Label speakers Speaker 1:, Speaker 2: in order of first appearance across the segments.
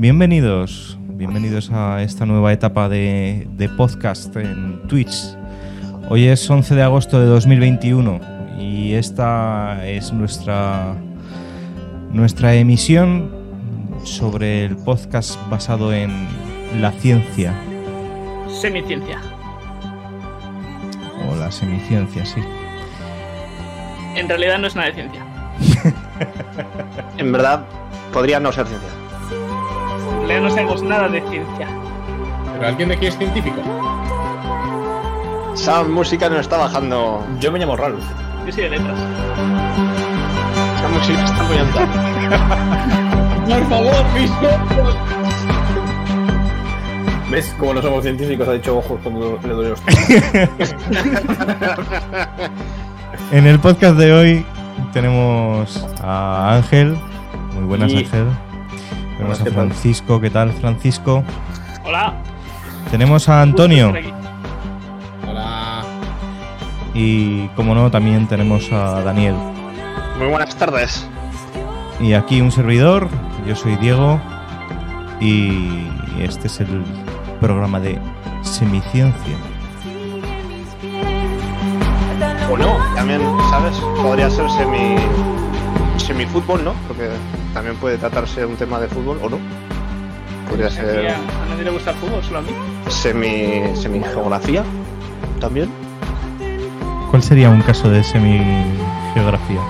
Speaker 1: bienvenidos, bienvenidos a esta nueva etapa de, de podcast en Twitch. Hoy es 11 de agosto de 2021 y esta es nuestra, nuestra emisión sobre el podcast basado en la ciencia.
Speaker 2: Semiciencia.
Speaker 1: O la semiciencia, sí.
Speaker 2: En realidad no es nada de ciencia.
Speaker 3: En verdad, podría no ser ciencia.
Speaker 2: En realidad no sabemos nada de ciencia.
Speaker 4: ¿Pero alguien de aquí es científico?
Speaker 3: Sound música nos está bajando.
Speaker 5: Yo me llamo Ralph.
Speaker 2: Yo soy de letras.
Speaker 3: Esa música está muy alta.
Speaker 4: Por favor, piso.
Speaker 5: ¿Ves? Como no somos científicos, ha dicho ojo cuando le doy los
Speaker 1: En el podcast de hoy tenemos a Ángel. Muy buenas,
Speaker 5: Y-
Speaker 1: Ángel. Tenemos a
Speaker 5: ¿qué tal?
Speaker 1: Francisco. ¿Qué tal, Francisco?
Speaker 2: Hola.
Speaker 1: Tenemos a Antonio.
Speaker 2: Justo estar aquí.
Speaker 4: Hola.
Speaker 1: Y, como no, también tenemos a Daniel.
Speaker 3: Muy buenas tardes.
Speaker 1: Y aquí un servidor. Yo soy Diego. Y este es el programa de Semiciencia.
Speaker 3: O no, también, ¿sabes? Podría ser semi. semifútbol, ¿no? Porque también puede tratarse un tema de fútbol, ¿o no? Podría
Speaker 5: Eh.
Speaker 2: Aquí
Speaker 3: ser
Speaker 2: a, a nadie le gusta el fútbol, solo a mí.
Speaker 3: semi. semigeografía también.
Speaker 1: ¿Cuál sería un caso de semigeografía?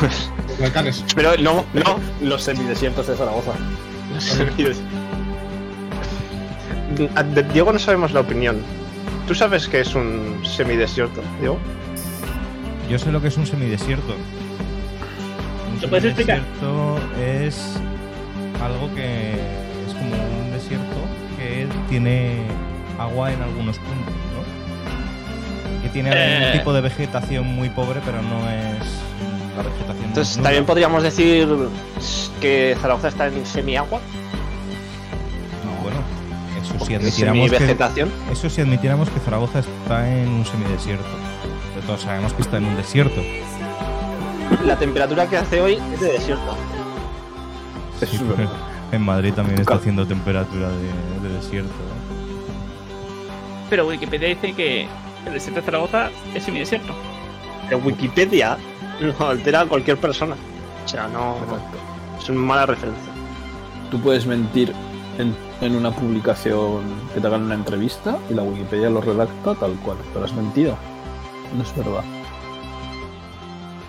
Speaker 3: Pues.
Speaker 4: Los volcanes.
Speaker 3: Pero no, no.
Speaker 5: Los semidesiertos de Zaragoza.
Speaker 3: A- de Diego no sabemos la opinión. ¿Tú sabes que es un semidesierto, Diego?
Speaker 1: Yo sé lo que es un semidesierto. Un
Speaker 2: ¿Lo puedes explicar?
Speaker 1: semidesierto es algo que es como un desierto que tiene agua en algunos puntos, ¿no? Que tiene
Speaker 2: Eh.
Speaker 1: algún tipo de vegetación muy pobre, pero no es la vegetación.
Speaker 3: Entonces,
Speaker 1: más
Speaker 3: también
Speaker 1: nula.
Speaker 3: podríamos decir que Zaragoza está en semiagua,
Speaker 1: No, bueno, eso
Speaker 3: Oh,
Speaker 1: si admitiéramos
Speaker 2: este-
Speaker 1: que
Speaker 3: semivegetación.
Speaker 1: eso si admitiéramos que Zaragoza está en un semidesierto. Pero todos sabemos que está en un desierto.
Speaker 3: La temperatura que hace hoy es de desierto.
Speaker 5: Eso
Speaker 1: Sí,
Speaker 5: es verdad.
Speaker 1: en Madrid también está
Speaker 5: Claro.
Speaker 1: haciendo temperatura de, de desierto. ¿eh?
Speaker 2: Pero Wikipedia dice que el desierto de Zaragoza es semidesierto.
Speaker 3: En Wikipedia lo altera cualquier persona. O sea, no. Es una mala referencia.
Speaker 5: Tú puedes mentir en, en una publicación que te hagan una entrevista y la Wikipedia lo redacta tal cual. Pero has mentido. No es verdad.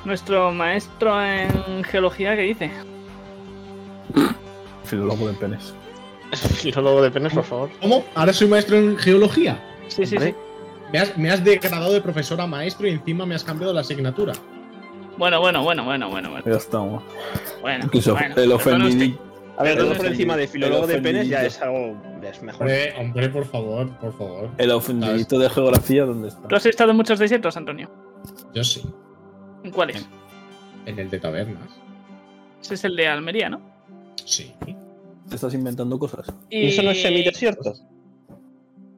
Speaker 2: Nuestro maestro en geología, ¿qué dice?
Speaker 5: Filólogo de penes.
Speaker 3: Y luego de penes, por favor.
Speaker 4: ¿Cómo? Ahora soy maestro en geología.
Speaker 2: Sí, sí, sí.
Speaker 4: Me has, me has degradado de profesor a maestro y encima me has cambiado la asignatura.
Speaker 2: Bueno, bueno, bueno, bueno, bueno, bueno.
Speaker 5: Ya estamos.
Speaker 2: bueno,
Speaker 5: Incluso
Speaker 2: bueno,
Speaker 5: el
Speaker 2: perdone
Speaker 5: ofendidito.
Speaker 2: usted.
Speaker 3: A ver,
Speaker 2: Pero
Speaker 3: todo
Speaker 2: no
Speaker 3: por
Speaker 2: es
Speaker 3: encima de filólogo de penes ya
Speaker 5: ofendidito.
Speaker 3: es algo. Es mejor.
Speaker 2: Eh,
Speaker 4: Hombre, hombre, por favor, por favor.
Speaker 5: El ofendidito de geografía, ¿dónde está?
Speaker 2: ¿Tú has estado en muchos desiertos, Antonio?
Speaker 4: Yo sí,
Speaker 2: ¿En cuáles?
Speaker 4: en el de tabernas.
Speaker 2: Ese es el de Almería, ¿no?
Speaker 4: Sí.
Speaker 5: Te estás inventando cosas.
Speaker 3: Y eso no es
Speaker 2: semidesierto.
Speaker 3: semidesierto.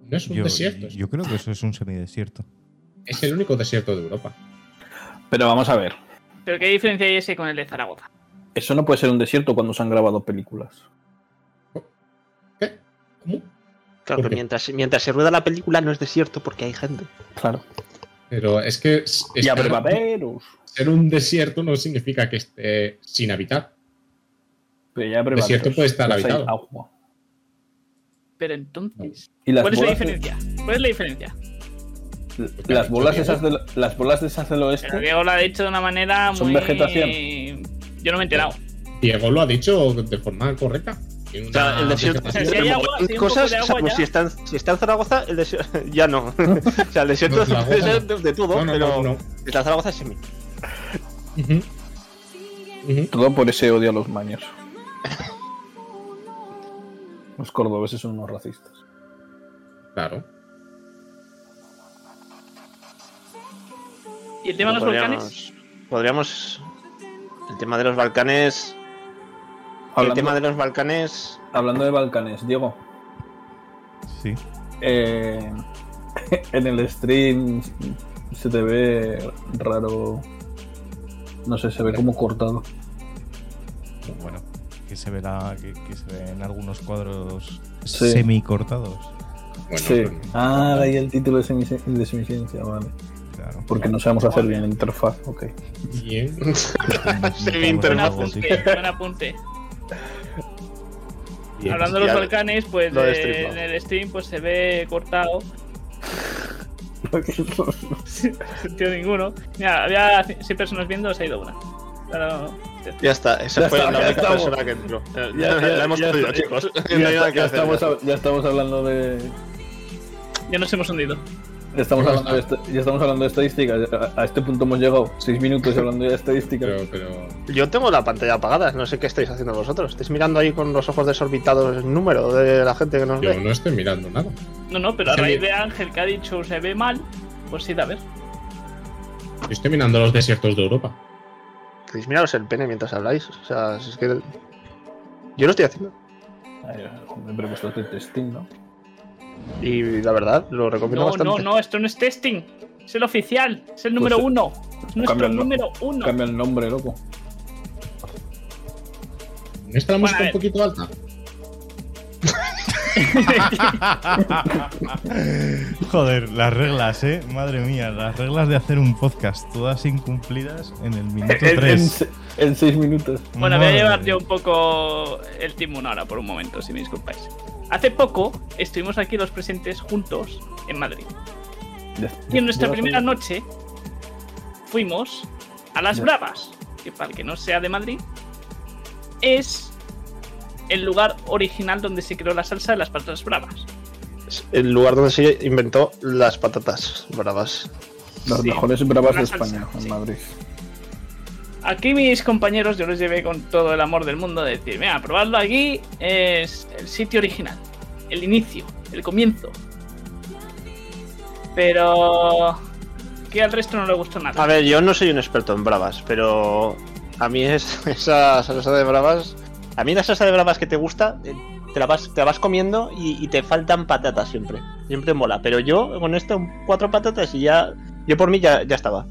Speaker 4: No es un
Speaker 1: Yo,
Speaker 2: ¿eh?
Speaker 4: desierto, es-
Speaker 1: yo creo que eso es un semidesierto.
Speaker 4: es el único desierto de Europa.
Speaker 5: Pero vamos a ver.
Speaker 2: ¿Pero qué diferencia hay ese con el de Zaragoza?
Speaker 5: Eso no puede ser un desierto cuando se han grabado películas.
Speaker 4: ¿Qué? ¿Cómo?
Speaker 3: Claro, pero mientras, mientras se rueda la película no es desierto porque hay gente.
Speaker 5: Claro.
Speaker 4: Pero es que. es- es
Speaker 5: Ya,
Speaker 4: que
Speaker 5: pero paperos.
Speaker 4: ser un desierto no significa que esté sin habitar.
Speaker 5: Pero ya pero
Speaker 4: Desierto
Speaker 5: paperos.
Speaker 4: puede estar
Speaker 5: Pues hay
Speaker 4: habitado.
Speaker 5: agua.
Speaker 2: Pero entonces,
Speaker 5: Y las
Speaker 2: ¿cuál es la
Speaker 5: bolas-
Speaker 2: diferencia? ¿Cuál es la diferencia?
Speaker 5: Las bolas, esas del, las bolas de esas del
Speaker 2: Pero
Speaker 5: oeste.
Speaker 2: Diego lo ha dicho de una manera
Speaker 5: Son
Speaker 2: muy...
Speaker 5: vegetación.
Speaker 2: Yo no me he enterado.
Speaker 4: Diego lo ha dicho de forma correcta. Tiene
Speaker 3: O sea,
Speaker 4: una
Speaker 3: el desierto.
Speaker 2: O sea,
Speaker 4: vegetación.
Speaker 2: si hay agua, si hay un
Speaker 3: cosas,
Speaker 2: poco de agua,
Speaker 3: salvo
Speaker 2: ya.
Speaker 3: si, está en, si está en Zaragoza, el desierto. ya no. o sea, el desierto
Speaker 4: No, Zaragoza
Speaker 3: puede ser
Speaker 4: no.
Speaker 3: de, de todo,
Speaker 4: No, no,
Speaker 3: pero.
Speaker 4: no, no.
Speaker 3: Está Zaragoza es semi.
Speaker 4: Ujú. Ujú.
Speaker 5: Todo por ese odio a los maños. Los cordobeses son unos racistas.
Speaker 4: Claro.
Speaker 2: ¿Y el tema de los volcanes?
Speaker 3: Podríamos. El tema de los Balcanes.
Speaker 5: Hablando,
Speaker 3: El tema de los Balcanes.
Speaker 5: hablando de Balcanes, Diego.
Speaker 1: Sí.
Speaker 5: eh, en el stream se te ve raro. No sé, se ve como cortado.
Speaker 2: Pues
Speaker 4: Bueno.
Speaker 1: que se ve la- que, que se ven algunos cuadros
Speaker 5: Sí.
Speaker 1: semicortados.
Speaker 6: Bueno,
Speaker 5: sí.
Speaker 6: pues no.
Speaker 5: Ah, de ahí el título de, semi de semiciencia, vale.
Speaker 1: Claro.
Speaker 5: Porque no sabemos hacer bien la interfaz, ok.
Speaker 6: pues,
Speaker 4: Bien.
Speaker 1: Pero
Speaker 2: Un
Speaker 1: no
Speaker 3: Semi-interfaz.
Speaker 1: hago,
Speaker 2: apunte, un apunte.
Speaker 3: Bien,
Speaker 2: Hablando de los
Speaker 3: ya-
Speaker 2: volcanes, pues
Speaker 3: lo he
Speaker 2: eh,
Speaker 3: destripado.
Speaker 2: en el stream pues se ve cortado, sin sentido ninguno. Mira, había c- 100 personas viendo, se ha ido una. Claro,
Speaker 3: Ya está, esa
Speaker 5: Ya
Speaker 3: fue
Speaker 5: está,
Speaker 3: la
Speaker 5: ya
Speaker 3: única
Speaker 5: estamos.
Speaker 3: persona que entró. Ya,
Speaker 5: Ya- ya-
Speaker 3: la hemos
Speaker 5: ya
Speaker 3: perdido,
Speaker 5: está-
Speaker 3: chicos.
Speaker 5: ya,
Speaker 3: no hay nada
Speaker 5: está-
Speaker 3: que
Speaker 5: ya
Speaker 3: hacer.
Speaker 5: estamos, hab- ya estamos hablando de.
Speaker 2: ya nos hemos hundido.
Speaker 5: Ya estamos hablando de, esta- ya estamos hablando de estadísticas. A, a este punto hemos llegado. Seis minutos hablando ya de estadísticas.
Speaker 6: Pero, pero
Speaker 3: Yo tengo la pantalla apagada, no sé qué estáis haciendo vosotros. Estáis mirando ahí con los ojos desorbitados el número de la gente que nos
Speaker 6: yo
Speaker 3: ve.
Speaker 6: no estoy mirando nada.
Speaker 2: No, no, pero a
Speaker 6: Sí.
Speaker 2: raíz de Ángel que ha dicho se ve mal, pues sí, a ver.
Speaker 6: Yo estoy mirando los desiertos de Europa.
Speaker 3: Podéis miraros el pene mientras habláis. O sea, si es que. Yo lo estoy haciendo.
Speaker 5: Ay, joder, Pero vosotros de este testing, ¿no?
Speaker 3: Y la verdad, lo recomiendo
Speaker 2: No,
Speaker 3: bastante.
Speaker 2: no, no, esto no es testing. Es el oficial, es el número
Speaker 5: Pues,
Speaker 2: uno. Es nuestro
Speaker 5: cámbialo.
Speaker 2: número uno.
Speaker 5: Cambia el nombre, loco.
Speaker 6: ¿No está la
Speaker 2: Bueno,
Speaker 6: música
Speaker 2: a
Speaker 6: un
Speaker 2: ver.
Speaker 6: poquito alta?
Speaker 1: Joder, las reglas, eh. Madre mía, las reglas de hacer un podcast, todas incumplidas en el minuto
Speaker 5: En, en
Speaker 1: 3.
Speaker 5: se- en seis minutos.
Speaker 2: Bueno, voy a llevar yo un poco el timón ahora por un momento, si me disculpáis. Hace poco estuvimos aquí los presentes juntos en Madrid.
Speaker 5: Ya-
Speaker 2: Y en nuestra
Speaker 5: ya-
Speaker 2: primera noche fuimos a Las
Speaker 5: Ya.
Speaker 2: Bravas, que para el que no sea de Madrid, es el lugar original donde se creó la salsa de las patatas bravas.
Speaker 3: Es El lugar donde se inventó las patatas bravas.
Speaker 5: Las
Speaker 2: Sí.
Speaker 5: mejores bravas de
Speaker 2: Una salsa,
Speaker 5: España, en
Speaker 2: sí.
Speaker 5: Madrid.
Speaker 2: Aquí mis compañeros, yo los llevé con todo el amor del mundo de decir, mira, probadlo aquí, es el sitio original, el inicio, el comienzo. Pero que al resto no le gustó nada.
Speaker 3: A ver, yo no soy un experto en bravas, pero a mí es, esa salsa de bravas. A mí la salsa de bravas que te gusta, eh, te la vas, te la vas comiendo y, y te faltan patatas siempre. Siempre mola. Pero yo con esto, cuatro patatas y ya. Yo por mí ya, ya estaba.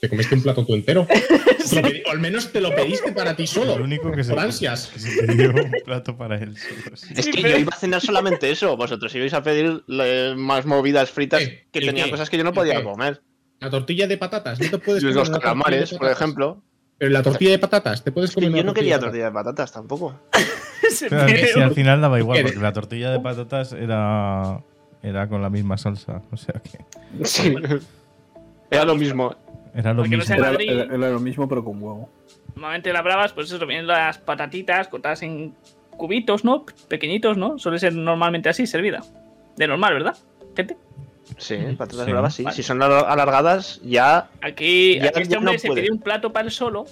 Speaker 6: ¿Te comiste un plato tú entero? Lo pedi- o al menos te lo pediste para ti solo.
Speaker 1: Lo único que se,
Speaker 6: Por ansias.
Speaker 1: que se pidió un plato para él. solo, sí.
Speaker 3: Es
Speaker 2: Sí,
Speaker 3: que
Speaker 2: pero-
Speaker 3: yo iba a cenar solamente eso. Vosotros ibais a pedir eh, más movidas fritas
Speaker 6: ¿Qué?
Speaker 3: que
Speaker 6: ¿El
Speaker 3: tenían
Speaker 6: qué?
Speaker 3: cosas que yo no
Speaker 6: ¿El
Speaker 3: podía
Speaker 6: qué?
Speaker 3: comer.
Speaker 6: La tortilla de patatas. No te puedes comer
Speaker 3: Los
Speaker 6: una tortilla de
Speaker 3: calamares, por
Speaker 6: patatas.
Speaker 3: ejemplo.
Speaker 6: Pero la tortilla de patatas. Te puedes
Speaker 3: Es que
Speaker 6: comer una
Speaker 3: yo no quería
Speaker 6: de
Speaker 3: tortilla de patatas tampoco.
Speaker 2: Se
Speaker 1: Claro,
Speaker 2: me-
Speaker 1: si al final daba igual,
Speaker 6: ¿Qué
Speaker 1: porque la tortilla de patatas era, era con la misma salsa. O sea que
Speaker 3: Sí. Era lo mismo.
Speaker 1: era lo
Speaker 2: Porque no
Speaker 1: mismo.
Speaker 2: sea-
Speaker 5: Era,
Speaker 2: Madrid.
Speaker 5: era- era lo mismo, pero con huevo.
Speaker 2: Normalmente las bravas, pues eso, vienen las patatitas cortadas en cubitos, ¿no? Pequeñitos, ¿no? Suele ser normalmente así, servida. De normal, ¿verdad? Gente.
Speaker 3: Sí, patatas
Speaker 1: Sí.
Speaker 3: bravas, sí.
Speaker 2: Vale.
Speaker 3: Si son alar- alargadas, ya.
Speaker 2: Aquí,
Speaker 3: Ya
Speaker 2: aquí este
Speaker 3: no
Speaker 2: hombre se
Speaker 3: puede.
Speaker 2: pidió un plato para él solo,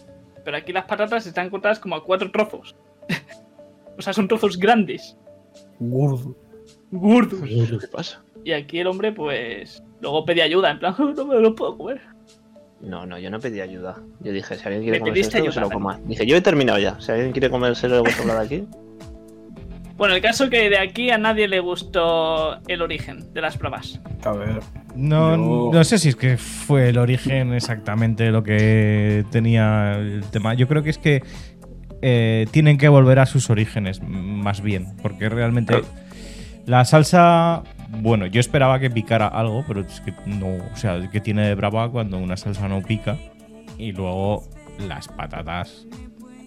Speaker 2: pero aquí las patatas están cortadas como a cuatro trozos. o sea, son trozos grandes,
Speaker 5: Gordo.
Speaker 2: gordos.
Speaker 3: ¿Qué pasa?
Speaker 2: Y aquí el hombre, pues, luego pedía ayuda, en plan, no me lo puedo comer.
Speaker 3: No, no, yo no pedí ayuda. Yo dije, si alguien quiere
Speaker 2: Me
Speaker 3: comerse
Speaker 2: pediste
Speaker 3: esto, que se lo
Speaker 2: ayuda,
Speaker 3: coma. Dije, yo he terminado ya. Si alguien quiere comerse lo que sobrado aquí.
Speaker 2: Bueno, el caso que de aquí a nadie le gustó el origen de las bravas.
Speaker 5: A ver.
Speaker 1: No,
Speaker 5: Yo-
Speaker 1: no sé si es que fue el origen exactamente lo que tenía el tema. Yo creo que es que eh, tienen que volver a sus orígenes, m- más bien. Porque realmente la salsa. Bueno, yo esperaba que picara algo, pero es que no. O sea, que tiene de brava cuando una salsa no pica. Y luego las patatas.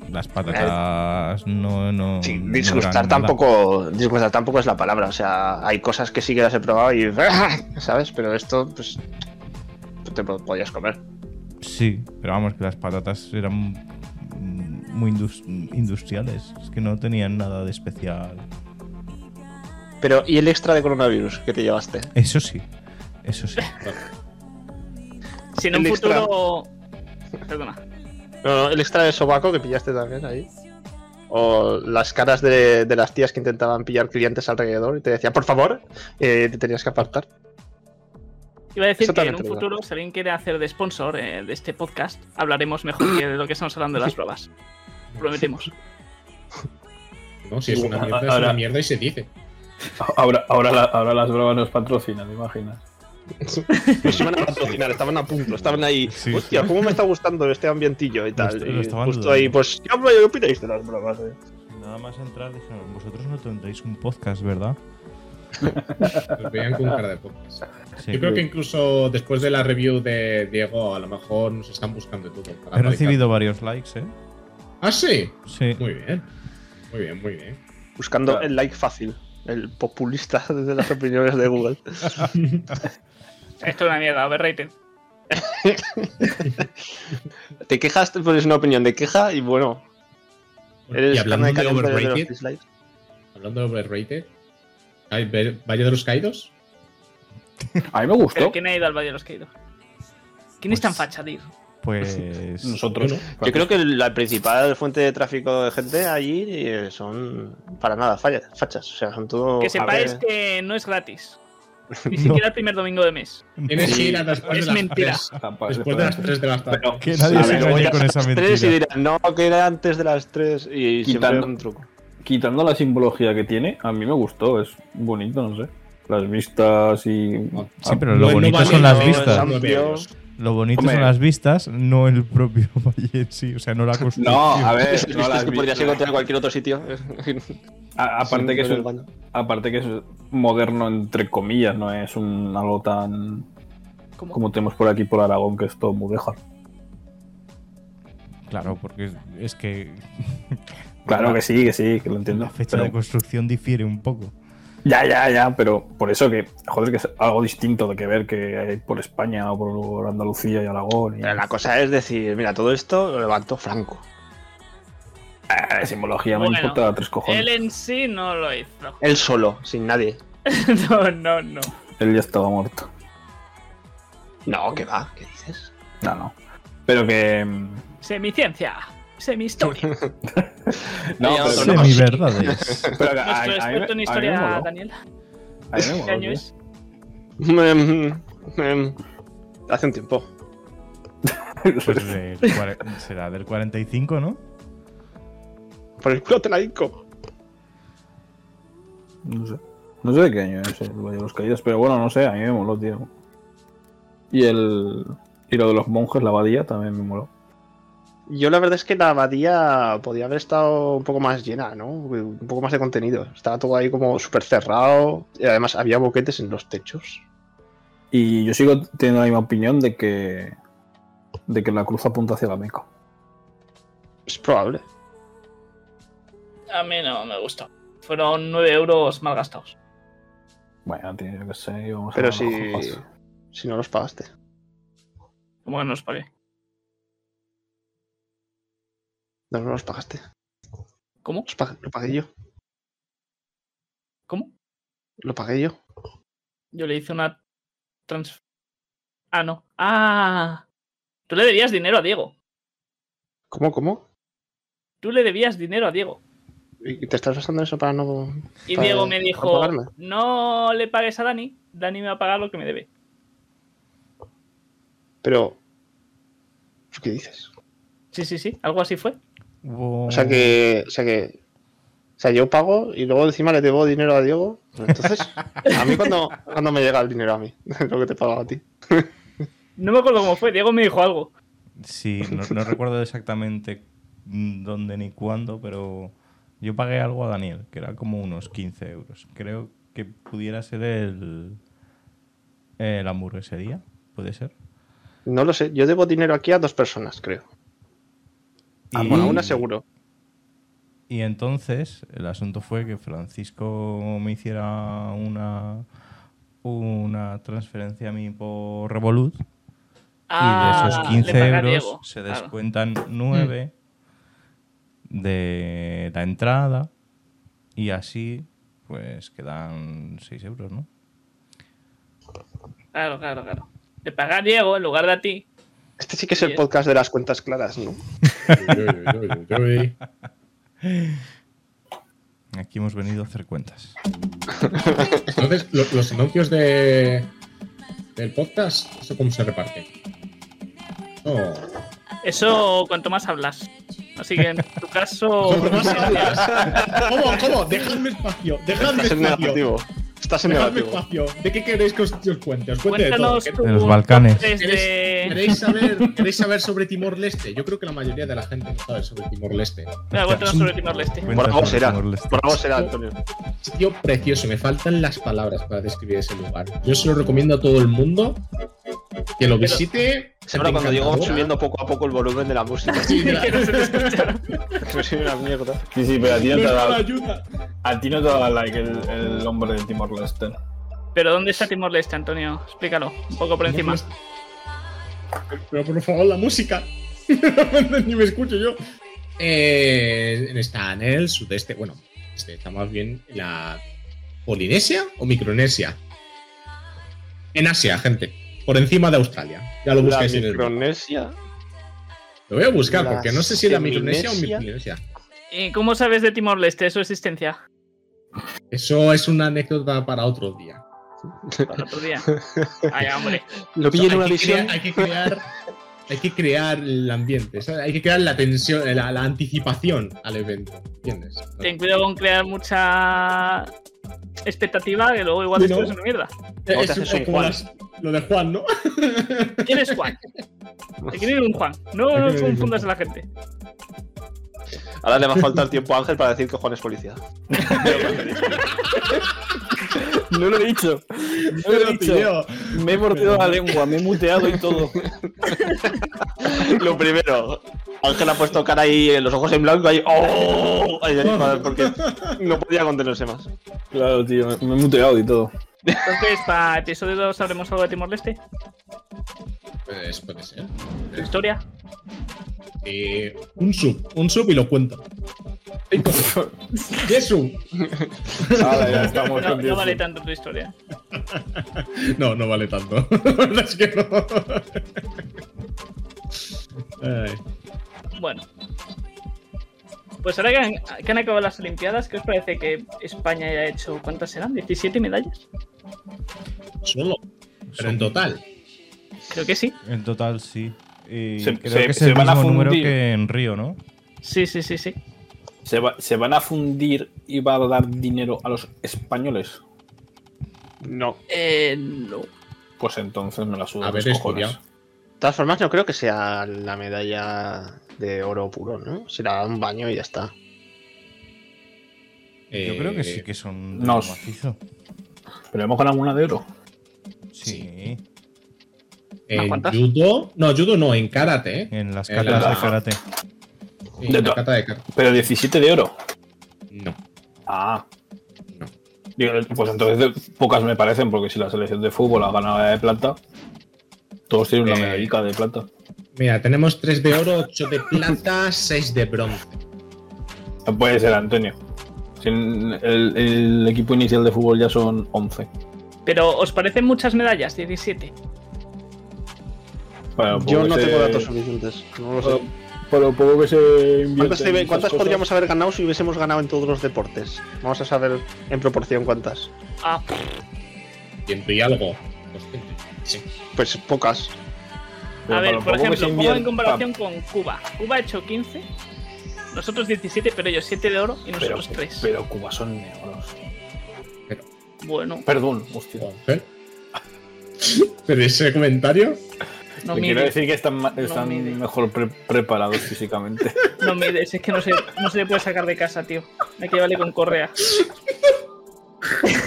Speaker 1: Las patatas no. no
Speaker 3: Sí,
Speaker 1: Mm, no
Speaker 3: disgustar
Speaker 1: eran nada.
Speaker 3: tampoco. Disgustar tampoco es la palabra. O sea, hay cosas que sí que las he probado y. ¿Sabes? Pero esto, pues. Te lo podías comer.
Speaker 1: Sí, pero vamos, que las patatas eran muy indus- industriales. Es que no tenían nada de especial.
Speaker 3: Pero, ¿y el extra de coronavirus que te llevaste?
Speaker 1: Eso sí, eso sí.
Speaker 2: Si en un
Speaker 3: El extra.
Speaker 2: futuro. Perdona.
Speaker 3: No, no, el extra de sobaco que pillaste también ahí. O las caras de, de las tías que intentaban pillar clientes alrededor y te decían, por favor, eh, te tenías que apartar.
Speaker 2: Iba a decir
Speaker 3: Eso
Speaker 2: que en
Speaker 3: también
Speaker 2: un
Speaker 3: te digo.
Speaker 2: futuro, si alguien quiere hacer de sponsor eh, de este podcast, hablaremos mejor que de lo que estamos hablando de las bravas. Prometemos.
Speaker 6: No, si es una mierda, es
Speaker 5: Ahora-
Speaker 6: una mierda y se dice.
Speaker 5: Ahora, ahora, la- ahora las bravas nos patrocinan, ¿te imaginas?
Speaker 3: Nos iban a patrocinar, estaban a punto, estaban ahí.
Speaker 1: Sí,
Speaker 3: Hostia,
Speaker 1: sí.
Speaker 3: ¿cómo me está gustando este ambientillo y tal?
Speaker 1: Lo est- lo
Speaker 3: Y
Speaker 1: estaban
Speaker 3: justo
Speaker 1: dudando.
Speaker 3: ahí, pues, ¿qué op- opináis de las bromas? eh?
Speaker 1: Nada más entrar dijeron, vosotros no tendréis un podcast, ¿verdad?
Speaker 6: Los veían con cara de pocas.
Speaker 1: Sí.
Speaker 6: Yo creo que incluso después de la review de Diego, a lo mejor nos están buscando y todo. para
Speaker 1: He recibido varios likes, ¿eh?
Speaker 6: erradicar. Ah, sí.
Speaker 1: Sí.
Speaker 6: Muy bien. Muy bien, muy bien.
Speaker 3: Buscando
Speaker 5: Claro.
Speaker 3: el like fácil, el populista de las opiniones de Google.
Speaker 2: Esto es una mierda, overrated.
Speaker 3: Te quejas, pues es una opinión de queja y bueno.
Speaker 6: y
Speaker 3: carne
Speaker 6: hablando de
Speaker 3: cañón para los
Speaker 6: overrated,
Speaker 3: dislikes.
Speaker 6: hablando de overrated, ¿hay Ve- Valle de los Caídos?
Speaker 5: A mí me gustó.
Speaker 2: Pero Eh, ¿quién ha ido al Valle de los Caídos? ¿Quién
Speaker 1: Pues-
Speaker 2: es tan facha de ir?
Speaker 1: Pues.
Speaker 5: Nosotros.
Speaker 6: Yo no.
Speaker 5: claro.
Speaker 3: Yo creo que la principal fuente de tráfico de gente allí eh, son para nada fallas, fachas. O sea, son
Speaker 5: oh,
Speaker 3: todo.
Speaker 2: Que
Speaker 3: a ver,
Speaker 2: sepáis que no es gratis. Ni siquiera el primer domingo de mes.
Speaker 6: Tienes que ir a después
Speaker 2: Es
Speaker 6: de las
Speaker 2: mentira.
Speaker 6: tres-
Speaker 5: Ah, pa-
Speaker 6: Después de las 3 de la tarde.
Speaker 5: Pero-
Speaker 1: Que nadie
Speaker 3: a
Speaker 1: se
Speaker 3: ver, luego
Speaker 1: engañe
Speaker 3: ya
Speaker 1: con
Speaker 3: son
Speaker 1: esa
Speaker 3: las
Speaker 1: mentira.
Speaker 3: tres y dirán, no, que era antes de las 3 y siempre
Speaker 5: Quitando-
Speaker 3: un truco.
Speaker 5: Quitando la simbología que tiene, a mí me gustó. Es bonito, no sé. Las vistas y. ah.
Speaker 1: Sí, pero
Speaker 6: No,
Speaker 1: lo
Speaker 6: no
Speaker 1: bonito
Speaker 6: vale,
Speaker 1: son las
Speaker 3: no,
Speaker 1: vistas.
Speaker 3: esa-
Speaker 1: Lo bonito
Speaker 5: Hombre.
Speaker 1: son las vistas, no el propio valle en sí. O sea, no la construcción.
Speaker 5: No, a ver,
Speaker 3: Es
Speaker 5: Eh, no las
Speaker 3: que podrías
Speaker 5: vistas.
Speaker 3: encontrar en cualquier otro sitio.
Speaker 5: A- aparte, que es
Speaker 3: Sin-
Speaker 5: un- aparte que es moderno, entre comillas, no es un algo tan.
Speaker 2: ¿Cómo?
Speaker 5: Como tenemos por aquí, por Aragón, que es todo muy lejos.
Speaker 1: Claro, porque es, es que.
Speaker 5: Claro que sí, que sí, que lo entiendo.
Speaker 1: La fecha
Speaker 5: pero-
Speaker 1: de construcción difiere un poco.
Speaker 5: Ya, ya, ya, pero por eso que, joder, que es algo distinto de que ver que hay por España o por Andalucía y Aragón. Y,
Speaker 3: Pero la cosa es decir, mira, todo esto lo levantó Franco.
Speaker 5: Ah, la simbología me
Speaker 2: Bueno,
Speaker 5: importa tres cojones.
Speaker 2: Él
Speaker 5: Él,
Speaker 2: en sí no lo hizo.
Speaker 3: Él solo, sin nadie.
Speaker 2: No, no, no.
Speaker 5: ya estaba muerto.
Speaker 3: No, ¿qué va? ¿Qué dices?
Speaker 5: No, no. Pero que. mm,
Speaker 2: Semiciencia. Semihistoria.
Speaker 5: No,
Speaker 3: Ya,
Speaker 5: pero,
Speaker 3: otro, no.
Speaker 1: Semi verdades.
Speaker 5: pero que a, a- a
Speaker 2: Nuestro
Speaker 5: mí me-
Speaker 2: experto en
Speaker 5: a mí me
Speaker 2: historia,
Speaker 5: moló.
Speaker 2: Daniel.
Speaker 5: A mí me moló,
Speaker 2: ¿Qué año
Speaker 5: tío.
Speaker 2: es?
Speaker 3: Em, em, hace un tiempo.
Speaker 1: Pues del cuare- será del 45, ¿no?
Speaker 3: Por el culo te la hinco.
Speaker 5: No sé. No sé de qué año es el Valle de los Caídos, pero bueno, no sé, a mí me moló, tío. Y el. Y lo de los monjes, la abadía, también me moló.
Speaker 3: Yo la verdad es que la abadía podía haber estado un poco más llena, ¿no? Un poco más de contenido. Estaba todo ahí como súper cerrado. Y además había boquetes en los techos.
Speaker 5: Y yo sigo teniendo la misma opinión de que. de que la cruz apunta hacia la Meca.
Speaker 3: Es probable.
Speaker 2: A mí no me gustó. Fueron 9 euros mal gastados.
Speaker 5: Bueno, tío, yo qué sé, vamos
Speaker 3: Pero
Speaker 5: a
Speaker 3: si, si no los pagaste.
Speaker 2: Como que no os pagué.
Speaker 3: No, no los pagaste.
Speaker 2: ¿Cómo?
Speaker 3: Los pag- lo pagué yo.
Speaker 2: ¿Cómo?
Speaker 3: Lo pagué yo.
Speaker 2: Yo le hice una trans... Ah, no. Ah. Tú le debías dinero a Diego.
Speaker 3: ¿Cómo, cómo?
Speaker 2: Tú le debías dinero a Diego.
Speaker 3: ¿Y ¿Te estás basando en eso para no...?
Speaker 2: Y
Speaker 3: para-
Speaker 2: Diego me
Speaker 3: para
Speaker 2: dijo,
Speaker 3: pagarme?
Speaker 2: no le pagues a Dani. Dani me va a pagar lo que me debe.
Speaker 3: Pero... ¿Qué dices?
Speaker 2: Sí, sí, sí. Algo así fue.
Speaker 1: Hubo-
Speaker 3: O sea que. O sea que. O sea, yo pago y luego encima le debo dinero a Diego. Pero Entonces, a mí cuando, cuando me llega el dinero a mí, lo que te pagaba a ti.
Speaker 2: No me acuerdo cómo fue. Diego me dijo algo.
Speaker 1: Sí, no, no recuerdo exactamente dónde ni cuándo, pero yo pagué algo a Daniel, que era como unos 15 euros. Creo que pudiera ser el, el hamburguesería, puede ser.
Speaker 3: No lo sé, yo debo dinero aquí a dos personas, creo. Ah, bueno, a una seguro.
Speaker 1: Y entonces el asunto fue que Francisco me hiciera una, una transferencia a mí por Revolut
Speaker 2: Ah,
Speaker 1: y de esos 15 euros se
Speaker 2: descuentan.
Speaker 1: descuentan 9 de la entrada y así pues quedan 6 euros, ¿no?
Speaker 2: Claro, claro, claro. Le paga a Diego en lugar de a ti.
Speaker 3: Este sí que es
Speaker 2: Sí,
Speaker 3: el
Speaker 2: es.
Speaker 3: podcast de las cuentas claras, ¿no?
Speaker 6: Uy, uy, uy, uy, uy.
Speaker 1: Aquí hemos venido a hacer cuentas.
Speaker 6: Entonces, lo- los anuncios de del podcast, ¿eso cómo se reparte? No.
Speaker 2: Eso cuanto más hablas. Así que en tu caso...
Speaker 6: ¿Cómo, cómo? Dejadme espacio, dejadme
Speaker 3: Es
Speaker 6: espacio.
Speaker 3: negativo. Estás en
Speaker 6: Dejadme
Speaker 3: negativo.
Speaker 6: espacio. ¿De qué queréis que os, que os cuente? Os cuente de todo.
Speaker 2: Cuéntanos
Speaker 6: ¿Qué-
Speaker 2: tu
Speaker 1: De los Balcanes.
Speaker 2: top tres de-
Speaker 6: ¿Queréis saber, ¿Queréis saber sobre Timor-Leste? Yo creo que la mayoría de la gente no sabe sobre Timor-Leste.
Speaker 2: Venga, Ah, cuéntanos sobre Timor-Leste.
Speaker 1: Cuenta
Speaker 3: Bravo
Speaker 1: sobre
Speaker 3: será.
Speaker 1: Timor-Leste.
Speaker 3: Bravo será, Antonio.
Speaker 6: Sitio precioso, me faltan las palabras para describir ese lugar. Yo se lo recomiendo a todo el mundo que lo visite.
Speaker 3: Siempre cuando
Speaker 6: Encantador.
Speaker 3: Diego va subiendo poco a poco el volumen de la música.
Speaker 6: Sí, de la-
Speaker 2: Que no se te escucha.
Speaker 3: Me soy una mierda.
Speaker 5: Sí, sí, pero a ti no
Speaker 6: No
Speaker 5: te
Speaker 6: es
Speaker 5: ha
Speaker 6: mala
Speaker 5: dado,
Speaker 6: ayuda.
Speaker 5: a ti no te ha dado like el, el hombre de Timor-Leste.
Speaker 2: Pero ¿dónde está Timor-Leste, Antonio? Explícalo, un poco por encima.
Speaker 6: Pero por favor, la música. Ni me escucho yo. Eh, está en el sudeste. Bueno, este está más bien en la Polinesia o Micronesia. En Asia, gente. Por encima de Australia. Ya lo
Speaker 3: La
Speaker 6: buscáis en el mapa.
Speaker 3: Micronesia.
Speaker 6: Lo voy a buscar
Speaker 3: La
Speaker 6: porque no sé si era
Speaker 3: Seminesia.
Speaker 6: Micronesia o Micronesia.
Speaker 2: ¿Y cómo sabes de Timor-Leste, su existencia?
Speaker 6: Eso es una anécdota para otro día.
Speaker 2: Para otro día. Ay, hombre.
Speaker 3: Lo
Speaker 6: O sea,
Speaker 3: pillé en una
Speaker 6: hay que
Speaker 3: visión.
Speaker 6: crear- hay que crear. Hay que crear el ambiente, ¿sabes? hay que crear la tensión, la, la anticipación al evento, ¿entiendes?
Speaker 2: Ten cuidado con crear mucha expectativa, que luego igual
Speaker 6: Bueno.
Speaker 2: después es una mierda.
Speaker 3: te haces un
Speaker 6: como
Speaker 3: Juan.
Speaker 6: las- lo de Juan, ¿no?
Speaker 2: ¿Quién es Juan? Te quiero ir un Juan. No,
Speaker 6: Hay que
Speaker 2: no
Speaker 6: ir un
Speaker 2: confundas a la gente.
Speaker 3: Ahora le va a faltar tiempo a Ángel para decir que Juan es policía.
Speaker 5: No lo he dicho. No
Speaker 6: Pero, tío,
Speaker 5: Me he mordido la lengua, me he muteado y todo.
Speaker 3: Lo primero, Ángel ha puesto cara ahí, eh, los ojos en blanco ahí. ¡Oh! Ahí, ahí, para- porque no podía contenerse más.
Speaker 5: Claro, tío, me me he muteado y todo.
Speaker 2: Entonces, para episodio 2 sabremos algo de Timor-Leste,
Speaker 6: pues, puede ser.
Speaker 2: su historia.
Speaker 6: Eh, un sub, un sub y lo cuento. ¿Qué sub?
Speaker 5: Ahora ya estamos
Speaker 2: No,
Speaker 5: con
Speaker 2: no
Speaker 5: Dios.
Speaker 2: vale tanto tu historia.
Speaker 6: No, no vale tanto. La verdad es que no. Ay.
Speaker 2: Bueno. Pues ahora que han, que han acabado las Olimpiadas, ¿qué os parece que España haya hecho? ¿Cuántas serán? ¿17 medallas?
Speaker 6: Solo. Pero en total.
Speaker 2: Creo que sí.
Speaker 1: En total, sí. Y
Speaker 5: Se-
Speaker 1: creo
Speaker 5: se-
Speaker 1: que es
Speaker 5: se
Speaker 1: el
Speaker 5: van a
Speaker 1: mismo número
Speaker 5: fundir.
Speaker 1: que en Río, ¿no?
Speaker 2: Sí, sí, sí, sí.
Speaker 5: Se, va- se van a fundir y va a dar dinero a los españoles.
Speaker 3: No.
Speaker 2: Eh, no.
Speaker 5: Pues entonces me la subo
Speaker 6: A ver, estudiado.
Speaker 3: De todas formas, no creo que sea la medalla de oro puro, ¿no? Será un baño y ya está.
Speaker 1: Yo creo que
Speaker 6: Eh,
Speaker 1: sí que son
Speaker 5: no.
Speaker 1: de macizo.
Speaker 5: Pero hemos ganado una de oro.
Speaker 1: Sí,
Speaker 6: En
Speaker 2: cuantas?
Speaker 6: judo. No, judo no, en karate, ¿eh?
Speaker 1: en las
Speaker 6: Eh,
Speaker 1: cartas
Speaker 5: la-
Speaker 1: de karate.
Speaker 6: En
Speaker 5: De
Speaker 6: la
Speaker 5: to-
Speaker 6: cata de karate.
Speaker 5: Pero 17 de oro.
Speaker 6: No.
Speaker 5: Ah.
Speaker 6: No.
Speaker 5: Digo, Pues entonces pocas me parecen, porque si la selección de fútbol ha ganado la de plata, todos tienen una
Speaker 6: Eh.
Speaker 5: medallica de plata.
Speaker 6: Mira, tenemos 3 de oro, 8 de plata, 6 de bronce.
Speaker 5: No puede ser, Antonio. Si en el, el equipo inicial de fútbol ya son 11.
Speaker 2: Pero ¿os parecen muchas medallas? 17.
Speaker 5: Bueno,
Speaker 3: Yo
Speaker 5: puedo
Speaker 3: no
Speaker 5: que
Speaker 3: tengo
Speaker 5: se-
Speaker 3: datos suficientes. No lo sé.
Speaker 5: Pero- Pero puedo que se invierta
Speaker 3: ¿Cuántas,
Speaker 5: en
Speaker 3: debe-
Speaker 5: esas
Speaker 3: cuántas
Speaker 5: cosas.
Speaker 3: podríamos haber ganado si hubiésemos ganado en todos los deportes? Vamos a saber en proporción cuántas.
Speaker 2: Ah,
Speaker 6: Ciento y algo. Hostia, Sí.
Speaker 3: Pues pocas.
Speaker 5: Pero
Speaker 2: a ver,
Speaker 5: para
Speaker 2: por
Speaker 5: lo poco que se
Speaker 2: ejemplo, pongo en
Speaker 5: invierta-
Speaker 2: comparación con Cuba. Cuba ha hecho 15, nosotros 17, pero ellos 7 de oro y
Speaker 5: Pero,
Speaker 2: nosotros 3.
Speaker 5: pero Cuba son negros.
Speaker 2: Bueno,
Speaker 5: Perdón, hostia.
Speaker 6: Ángel. Pero ese comentario.
Speaker 2: no
Speaker 5: Te quiero
Speaker 2: mides,
Speaker 5: decir que están, ma- están
Speaker 2: mide.
Speaker 5: mejor pre- preparados físicamente.
Speaker 2: no mides, es que no se, no se le puede sacar de casa, tío. Hay que llevarle con correa.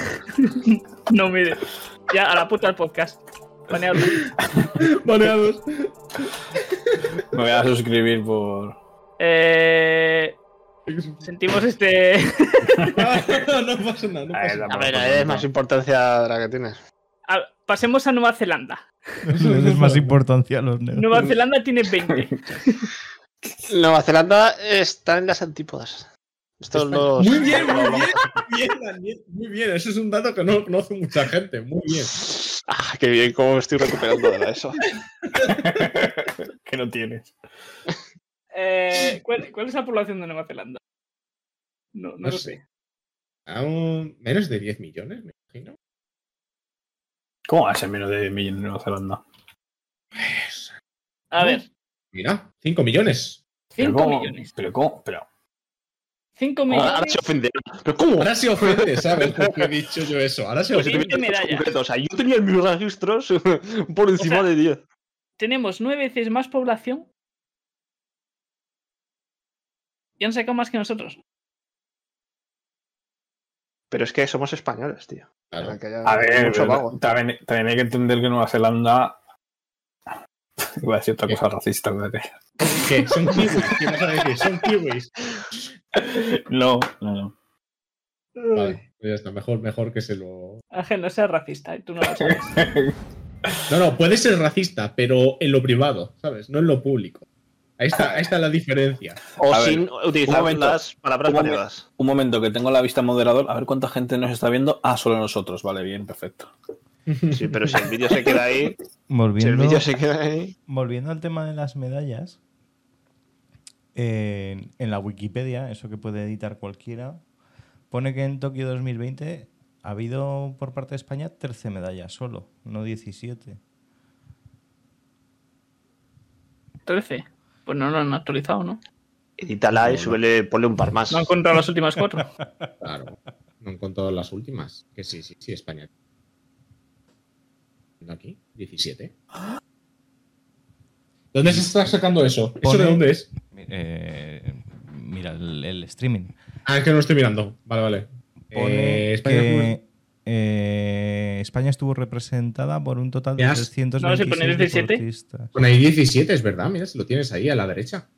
Speaker 2: no mides. Ya, a la puta del podcast. Baneadlo.
Speaker 6: Baneados.
Speaker 5: Me voy a suscribir por.
Speaker 2: Eh, sentimos este...
Speaker 6: Ah, no pasa nada, no
Speaker 5: A
Speaker 6: pasa nada.
Speaker 5: ver,
Speaker 3: A
Speaker 5: tampoco
Speaker 3: ver,
Speaker 5: pasa
Speaker 3: es
Speaker 5: nada.
Speaker 3: más Pues importancia de la que tienes.
Speaker 2: A- pasemos a Nueva Zelanda.
Speaker 1: Les es más importancia a los negros.
Speaker 2: Nueva Zelanda tiene 20.
Speaker 3: Nueva Zelanda está en las antípodas. Estos dos.
Speaker 6: Muy bien, muy bien. Bien, Daniel, muy bien. Eso es un dato que no conoce mucha gente. Muy bien.
Speaker 3: Ah, qué bien, cómo me estoy recuperando de la eso.
Speaker 5: Que no tienes.
Speaker 2: Eh, ¿cuál, cuál es la población de Nueva Zelanda? No, no,
Speaker 6: No
Speaker 2: lo
Speaker 6: sé.
Speaker 2: sé.
Speaker 6: Aún menos de 10 millones, me imagino.
Speaker 5: ¿Cómo va a ser menos de 10 millones en Nueva Zelanda?
Speaker 6: Pues,
Speaker 2: A ver,
Speaker 6: Mira, 5 millones.
Speaker 5: Pero
Speaker 2: 5
Speaker 5: cómo-
Speaker 2: millones.
Speaker 5: Pero cómo, pero.
Speaker 2: 5
Speaker 3: Ahora, ahora
Speaker 2: millones.
Speaker 3: se ofenderá. ¿Pero cómo?
Speaker 6: Ahora se ofende, ¿sabes? Porque he dicho yo eso. Ahora se
Speaker 3: Pero
Speaker 2: Pues
Speaker 3: si
Speaker 6: ofende.
Speaker 2: sí. veinte
Speaker 3: tuviera datos
Speaker 2: medallas.
Speaker 3: concretos, O sea, yo tenía mis registros por encima
Speaker 2: O sea,
Speaker 3: de 10.
Speaker 2: Tenemos 9 veces más población. Y han sacado más que nosotros.
Speaker 3: Pero es que somos españoles, tío.
Speaker 6: Claro.
Speaker 7: Que
Speaker 3: Ah,
Speaker 7: haya
Speaker 5: A ver,
Speaker 7: mucho
Speaker 5: pero
Speaker 3: ¿eh?
Speaker 7: vago.
Speaker 5: también, también hay que entender que Nueva Zelanda. Iba a decir otra cosa racista, ¿verdad?
Speaker 6: ¿Qué?
Speaker 4: Son kiwis.
Speaker 6: ¿Qué vas a decir? Son kiwis.
Speaker 5: No, no, no.
Speaker 6: Vale, pues ya está. Mejor, mejor que se lo.
Speaker 2: Ángel, no seas racista, ¿eh? tú no lo sabes.
Speaker 6: No, no, puede ser racista, pero en lo privado, ¿sabes? No en lo público. Ahí está, ahí está la diferencia.
Speaker 3: O
Speaker 5: A ver,
Speaker 3: sin utilizar
Speaker 5: un momento,
Speaker 3: las palabras
Speaker 5: un momen-
Speaker 3: variadas.
Speaker 5: Un momento, que tengo la vista moderador. A ver cuánta gente nos está viendo. Ah, solo nosotros. Vale, bien, perfecto.
Speaker 3: Sí, pero si el vídeo se queda ahí, si el
Speaker 1: Volviendo,
Speaker 3: vídeo se queda ahí.
Speaker 1: volviendo al tema de las medallas, en- en la Wikipedia, eso que puede editar cualquiera, pone que en Tokio 2020 ha habido por parte de España 13 medallas solo, no 17.
Speaker 2: 13. Pues no lo han actualizado, ¿no?
Speaker 3: Edítala y súbele, ponle un par más.
Speaker 2: No han contado las últimas cuatro.
Speaker 6: Claro. No han contado las últimas. Que sí, sí, sí, España. Aquí, 17. ¿Dónde se está sacando eso? ¿Eso
Speaker 1: Pone-
Speaker 6: de dónde es?
Speaker 1: Eh, mira, el, el streaming.
Speaker 6: Ah, es que no lo estoy mirando. Vale, vale.
Speaker 1: Pone
Speaker 6: Eh, España
Speaker 1: que eh, España estuvo representada por un total de
Speaker 6: Ya has-
Speaker 1: 326
Speaker 2: No, si pone 17.
Speaker 1: deportistas.
Speaker 6: Con ahí 17, es verdad, mira, si lo tienes ahí a la derecha.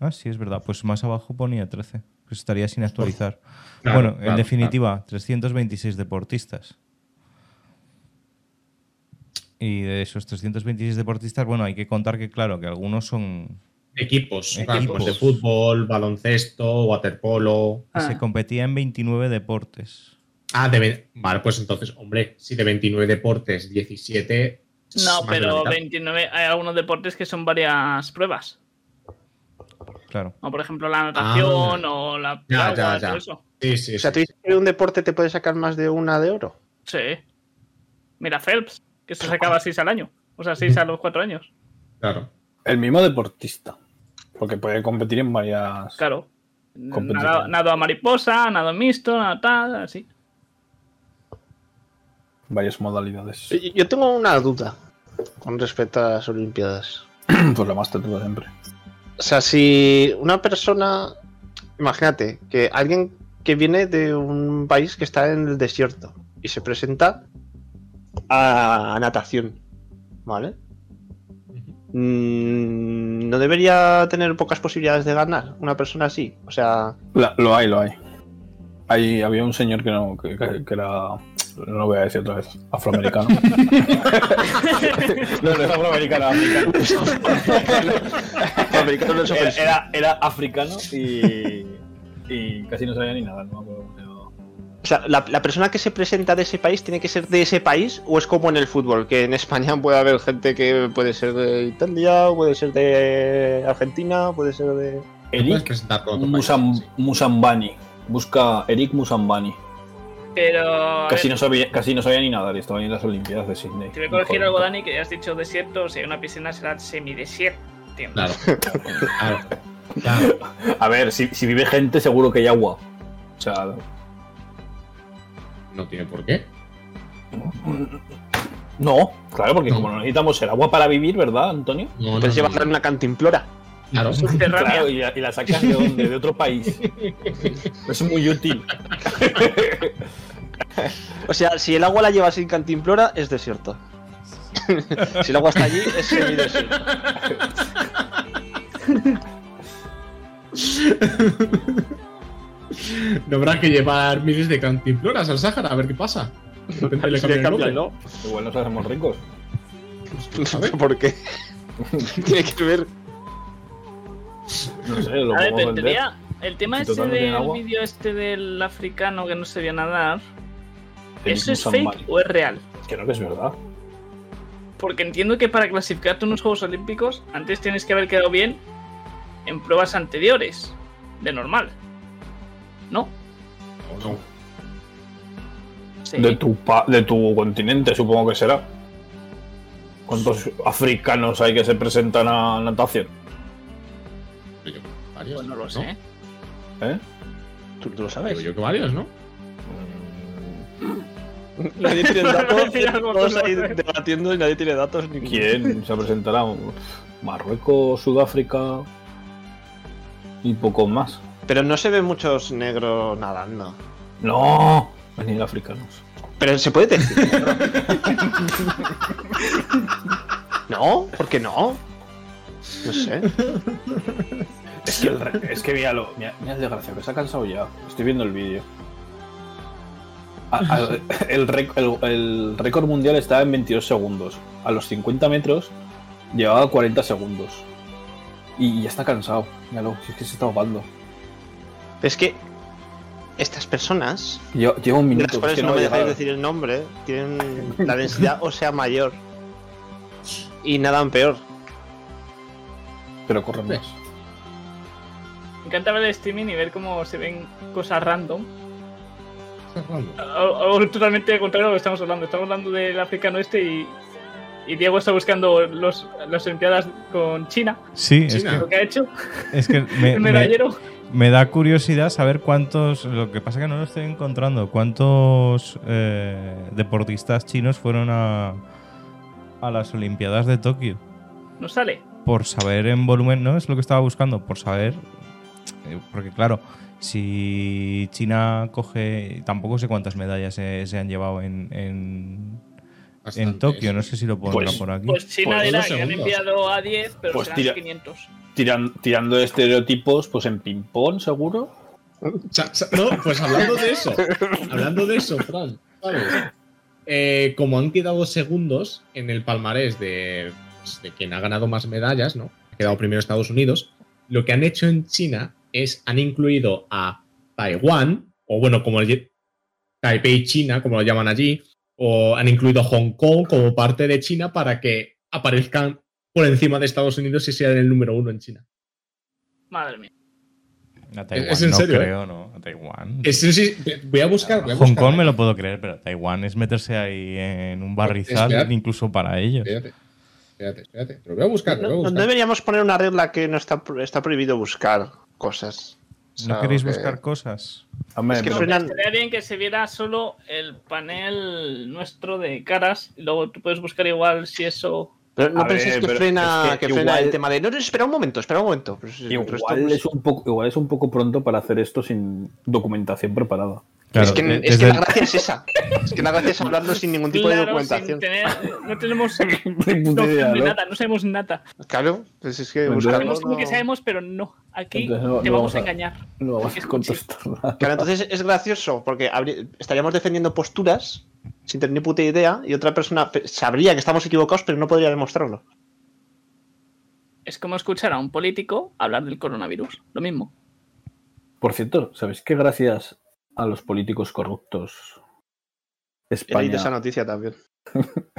Speaker 1: Ah, sí, es verdad. Pues más abajo ponía 13. Pues estaría sin actualizar.
Speaker 6: Claro,
Speaker 1: bueno, en
Speaker 6: claro,
Speaker 1: definitiva, 326 deportistas. Y de esos 326 deportistas, bueno, hay que contar que, claro, que algunos son.
Speaker 6: Equipos, claro,
Speaker 1: Equipos.
Speaker 6: pues de fútbol, baloncesto, waterpolo.
Speaker 1: que Se
Speaker 2: Ah,
Speaker 1: competía en 29 deportes.
Speaker 6: Ah, de ve- Vale, pues entonces, hombre, si de 29 deportes, 17. es
Speaker 2: no,
Speaker 6: más de la
Speaker 2: pero
Speaker 6: mitad.
Speaker 2: 29. Hay algunos deportes que son varias pruebas.
Speaker 1: Claro.
Speaker 2: Como por ejemplo la natación o la.
Speaker 6: Ya,
Speaker 2: la
Speaker 6: ya,
Speaker 2: agua,
Speaker 6: ya.
Speaker 2: todo eso.
Speaker 6: Sí, sí.
Speaker 3: O sea,
Speaker 6: sí.
Speaker 3: ¿tú dices que de un deporte te puede sacar más de una de oro?
Speaker 2: Sí. Mira, Phelps, que se sacaba 6 al año. O sea, 6 a los 4 años.
Speaker 6: Claro.
Speaker 5: El mismo deportista. Porque puede competir en varias.
Speaker 2: Claro.
Speaker 5: Competición.
Speaker 2: Nado, nado a mariposa, nado mixto, nado tal, así.
Speaker 5: varias modalidades.
Speaker 3: Y- Yo tengo una duda con respecto a las Olimpiadas.
Speaker 5: Pues la más tetuda siempre.
Speaker 3: O sea, si una persona, imagínate, que alguien que viene de un país que está en el desierto y se presenta a natación, ¿vale? Mm, No debería tener pocas posibilidades de ganar una persona así. O sea,
Speaker 5: La- lo hay, lo hay. Ahí había un señor que no, que, que- que era. No lo voy a decir otra vez. Afroamericano. no, no es afroamericano, africano.
Speaker 3: eh,
Speaker 5: era, era, era africano y. Y casi no sabía ni nada, no me acuerdo cómo se llamaba.
Speaker 3: o sea, la, la persona que se presenta de ese país tiene que ser de ese país o es como en el fútbol, que en España puede haber gente que puede ser de Italia, puede ser de Argentina, puede ser de...
Speaker 6: Te puedes
Speaker 5: Eric
Speaker 6: presentar con otro país,
Speaker 5: Musam,
Speaker 6: sí.
Speaker 5: Musambani. Busca Eric Musambani.
Speaker 2: Pero. a
Speaker 5: Casi
Speaker 2: ver,
Speaker 5: no, sabía, casi no sabía ni nadar y estaba en las Olimpiadas de Sydney.
Speaker 2: Te voy a corregir
Speaker 5: Joder.
Speaker 2: algo, Dani, que ya has dicho desierto. Si hay una piscina, será semidesierto. ¿entiendes?
Speaker 6: Claro. claro. claro.
Speaker 5: A ver, si, si vive gente, seguro que hay agua. O sea,
Speaker 6: No tiene por qué.
Speaker 5: no, claro, porque
Speaker 6: No.
Speaker 5: como no necesitamos el agua para vivir, ¿verdad, Antonio?
Speaker 6: No, no,
Speaker 3: Puedes
Speaker 6: no,
Speaker 3: llevarla Pues en una cantimplora.
Speaker 6: Claro.
Speaker 2: Subterránea.
Speaker 5: Claro, y la, y la sacas de dónde, de otro país. Es muy útil.
Speaker 3: O sea, si el agua la lleva sin cantimplora, es desierto. si el agua está allí, es semidesierto.
Speaker 6: No habrá que llevar miles de cantimploras al Sáhara a ver qué pasa. De repente le cambian el nombre.
Speaker 5: Igual nos hacemos ricos.
Speaker 3: ¿Por qué? Tiene que ver.
Speaker 5: No sé, lo
Speaker 2: A ver, pero
Speaker 5: podemos
Speaker 2: en
Speaker 5: vender.
Speaker 2: teoría, el tema
Speaker 5: Si
Speaker 2: ese
Speaker 5: total no tiene
Speaker 2: del
Speaker 5: agua.
Speaker 2: vídeo este del africano que no se vio nadar,
Speaker 5: El
Speaker 2: ¿eso es
Speaker 5: Musan
Speaker 2: fake
Speaker 5: Bani.
Speaker 2: o es real?
Speaker 5: Creo que es verdad.
Speaker 2: Porque entiendo que para clasificarte a unos Juegos Olímpicos, antes tienes que haber quedado bien en pruebas anteriores, de normal. ¿No?
Speaker 6: No, no.
Speaker 2: Sí.
Speaker 5: De, tu pa- de tu continente, supongo que será. ¿Cuántos africanos hay que se presentan a natación?
Speaker 6: Yo, varios,
Speaker 2: Pues no lo sé.
Speaker 5: ¿Eh?
Speaker 3: Tú, tú lo
Speaker 6: Digo
Speaker 3: sabes.
Speaker 6: yo que varios, ¿no?
Speaker 3: Nadie tiene datos.
Speaker 2: Decir algo,
Speaker 3: todos
Speaker 2: no,
Speaker 3: ahí
Speaker 2: no.
Speaker 3: debatiendo y nadie tiene datos. Ni
Speaker 5: ¿Quién se presentará? Marruecos, Sudáfrica y poco más.
Speaker 3: Pero no se ven muchos negros nadando.
Speaker 5: ¡No! Venir africanos.
Speaker 3: Pero se puede decir. no, ¿por qué no? No sé.
Speaker 5: Es que, el re- es que míralo, mira, mira el desgraciado que se ha cansado ya. Estoy viendo el vídeo. A- al- el, rec- el- el récord mundial estaba en 22 segundos. A los 50 metros llevaba 40 segundos. Y ya está cansado. Míralo, si es que se está ahogando.
Speaker 3: Es que estas personas,
Speaker 5: Lleva, lleva un
Speaker 3: de
Speaker 5: minuto.
Speaker 3: las
Speaker 5: es
Speaker 3: cuales
Speaker 5: que
Speaker 3: no,
Speaker 5: no,
Speaker 3: me
Speaker 5: ha
Speaker 3: dejáis
Speaker 5: llegado.
Speaker 3: decir el nombre, ¿eh? tienen la densidad ósea mayor. Y nadan peor.
Speaker 5: Pero corre más.
Speaker 2: Me encanta ver el streaming y ver cómo se ven cosas random.
Speaker 6: Cerrando.
Speaker 2: Al- Algo totalmente contrario a lo que estamos hablando. Estamos hablando del africano este y, y Diego está buscando los, las Olimpiadas con China.
Speaker 1: Sí, es
Speaker 6: China.
Speaker 1: que,
Speaker 2: Lo que ha hecho,
Speaker 1: es que Ah. me,
Speaker 2: el
Speaker 1: me-
Speaker 2: medallero.
Speaker 1: me da curiosidad saber cuántos, lo que pasa que no lo estoy encontrando, cuántos eh, deportistas chinos fueron a, a las Olimpiadas de Tokio.
Speaker 2: No sale.
Speaker 1: por saber en volumen, ¿no? Es lo que estaba buscando, por saber. eh, Porque, claro, si China coge. Tampoco sé cuántas medallas se, se han llevado en, en, en
Speaker 6: Bastantes.
Speaker 1: Tokio, no sé si lo pondrá
Speaker 5: Pues-
Speaker 1: por aquí.
Speaker 2: Pues China
Speaker 5: Pues
Speaker 2: dirá
Speaker 6: unos
Speaker 2: que han
Speaker 6: segundos.
Speaker 2: enviado a 10, pero
Speaker 5: Pues
Speaker 2: serán
Speaker 5: tira.
Speaker 2: 500.
Speaker 5: Tiran- tirando de estereotipos, pues en ping-pong, seguro.
Speaker 6: Sa- sa- No, pues hablando de eso, hablando de eso, Fran, ¿sabes? Eh, como han quedado segundos en el palmarés de, pues, de quien ha ganado más medallas, ¿no? Ha quedado primero Estados Unidos. Lo que han hecho en China es han incluido a Taiwán, o bueno, como el Taipei China, como lo llaman allí, o han incluido a Hong Kong como parte de China para que aparezcan por encima de Estados Unidos y sean el número uno en China.
Speaker 2: Madre mía.
Speaker 1: A Taiwán,
Speaker 6: es en
Speaker 1: no
Speaker 6: serio, ¿eh?
Speaker 1: creo, ¿no? A Taiwán.
Speaker 6: Es- es- es- voy a buscar. voy a
Speaker 1: Hong
Speaker 6: buscar.
Speaker 1: Kong me lo puedo creer, pero Taiwán es meterse ahí en
Speaker 6: Pues,
Speaker 1: un barrizal,
Speaker 6: Espera.
Speaker 1: incluso para ellos.
Speaker 6: Espérate, espérate, espérate. Te Lo voy a buscar, te lo
Speaker 3: No,
Speaker 6: voy a
Speaker 3: no
Speaker 6: buscar.
Speaker 3: deberíamos poner una regla que no está, pro- está prohibido buscar cosas. O sea,
Speaker 1: ¿No queréis
Speaker 3: que-
Speaker 1: buscar cosas?
Speaker 5: Hombre,
Speaker 3: Es que
Speaker 5: pero-
Speaker 3: suena-
Speaker 2: Estaría bien que se viera solo el panel nuestro de caras. y Luego tú puedes buscar igual si eso.
Speaker 3: Pero no
Speaker 5: A
Speaker 3: penséis
Speaker 5: ver,
Speaker 3: que,
Speaker 5: pero
Speaker 3: frena,
Speaker 5: es que
Speaker 3: que frena el
Speaker 5: igual-
Speaker 3: tema de. No, no, espera un momento, espera un momento. Pero si- pero esto,
Speaker 5: Igual
Speaker 3: pues,
Speaker 5: es, un poco, igual es un poco pronto para hacer esto sin documentación preparada.
Speaker 1: Claro,
Speaker 3: es que,
Speaker 1: de-
Speaker 3: es que
Speaker 1: desde-
Speaker 3: la gracia es esa. Es que la gracia es hablarlo sin ningún tipo de
Speaker 2: Claro, sin
Speaker 3: documentación.
Speaker 2: tener, no tenemos
Speaker 5: Ni
Speaker 2: no,
Speaker 5: puta idea,
Speaker 2: de
Speaker 5: ¿no?
Speaker 2: nada, no sabemos nada.
Speaker 3: Claro, pues es que
Speaker 5: Entonces-
Speaker 3: buscarlo.
Speaker 2: Sabemos como
Speaker 3: no-
Speaker 2: que sabemos, pero no. Aquí
Speaker 5: Entonces no-
Speaker 2: te
Speaker 5: no
Speaker 2: vamos
Speaker 5: vamos
Speaker 2: a
Speaker 5: a-
Speaker 2: engañar.
Speaker 5: No vamos a contestar nada.
Speaker 3: Claro, entonces es gracioso porque habrí- estaríamos defendiendo posturas sin tener ni puta idea y otra persona pe- sabría que estamos equivocados pero no podría demostrarlo.
Speaker 2: Es como escuchar a un político hablar del coronavirus. Lo mismo.
Speaker 5: Por cierto, ¿sabéis que gracias a los políticos corruptos
Speaker 3: He leído esa
Speaker 5: España,
Speaker 3: noticia también.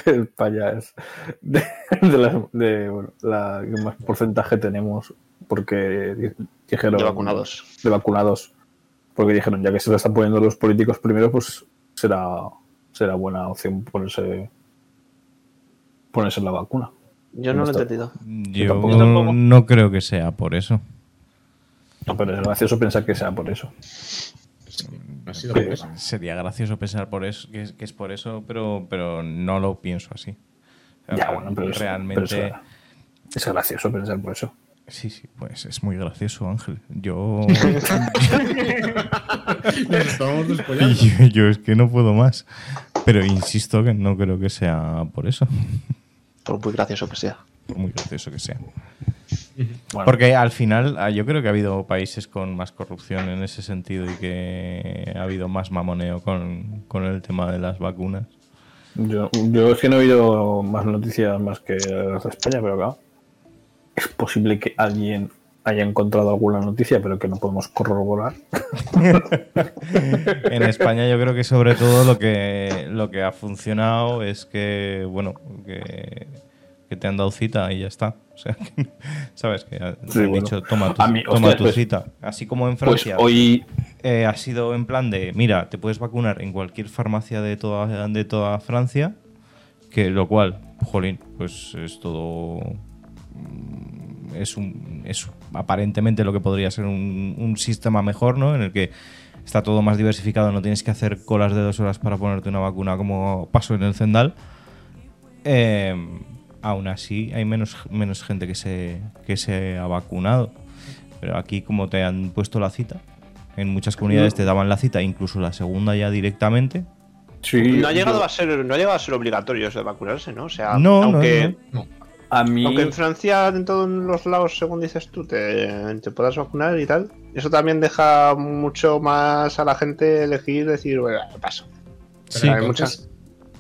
Speaker 5: España es de, de la, de, bueno, la que más porcentaje tenemos porque di- dijeron
Speaker 3: de vacunados.
Speaker 5: de vacunados porque dijeron ya que se lo están poniendo los políticos primero pues será será buena opción ponerse ponerse la vacuna.
Speaker 3: Yo no lo he
Speaker 5: Esto-
Speaker 3: entendido.
Speaker 1: yo
Speaker 5: tampoco.
Speaker 2: Tampoco.
Speaker 1: no creo que sea por eso.
Speaker 5: No, pero es gracioso pensar que sea por eso.
Speaker 6: No ha sido por
Speaker 5: Pues,
Speaker 6: eso.
Speaker 1: Sería gracioso pensar por eso, que, es, que es por eso, pero, pero no lo pienso así. O sea,
Speaker 5: Ya, bueno, pero es-
Speaker 1: Ah, realmente.
Speaker 5: pero es- Es gracioso pensar por eso.
Speaker 1: sí, sí, pues es muy gracioso, Ángel. Yo,
Speaker 5: pues,
Speaker 6: Nos estábamos despollando.
Speaker 1: yo, yo es que no puedo más. Pero insisto que no creo que sea por eso,
Speaker 3: Por muy gracioso que sea.
Speaker 1: por muy gracioso que sea.
Speaker 5: Bueno,
Speaker 1: Porque al final ah, yo creo que ha habido países con más corrupción en ese sentido y que ha habido más mamoneo con, con el tema de las vacunas.
Speaker 5: yo, yo es que no he oído más noticias más que las de España, pero claro. Es posible que alguien haya encontrado alguna noticia, pero que no podemos corroborar.
Speaker 1: En España yo creo que sobre todo lo que, lo que ha funcionado es que, bueno, que, que te han dado cita y ya está. O sea, que, sabes que te
Speaker 5: Sí,
Speaker 1: han
Speaker 5: bueno.
Speaker 1: dicho, toma tu,
Speaker 5: A mí,
Speaker 1: toma
Speaker 5: ostras,
Speaker 1: tu
Speaker 5: pues-
Speaker 1: cita. Así como en
Speaker 5: Pues
Speaker 1: Francia
Speaker 5: hoy,
Speaker 1: eh, ha sido en plan de, mira, te puedes vacunar en cualquier farmacia de toda, de toda Francia, que lo cual, jolín, pues es todo... mm, Es, un, es aparentemente lo que podría ser un, un sistema mejor, ¿no? En el que está todo más diversificado, no tienes que hacer colas de dos horas para ponerte una vacuna como pasó en el Zendal. Eh, aún así, hay menos, menos gente que se, que se ha vacunado. Pero aquí, como te han puesto la cita, en muchas comunidades te daban la cita, incluso la segunda ya directamente.
Speaker 5: Sí,
Speaker 3: No ha llegado
Speaker 5: yo-
Speaker 3: a ser, no ha llegado a ser obligatorio eso de vacunarse, ¿no? O sea,
Speaker 1: No, no,
Speaker 3: aunque,
Speaker 1: no.
Speaker 5: a mí.
Speaker 3: Aunque en Francia, en todos los lados, según dices tú, te, te puedas vacunar y tal, eso también deja mucho más a la gente elegir decir, bueno, paso.
Speaker 1: Sí.
Speaker 3: hay
Speaker 4: Entonces,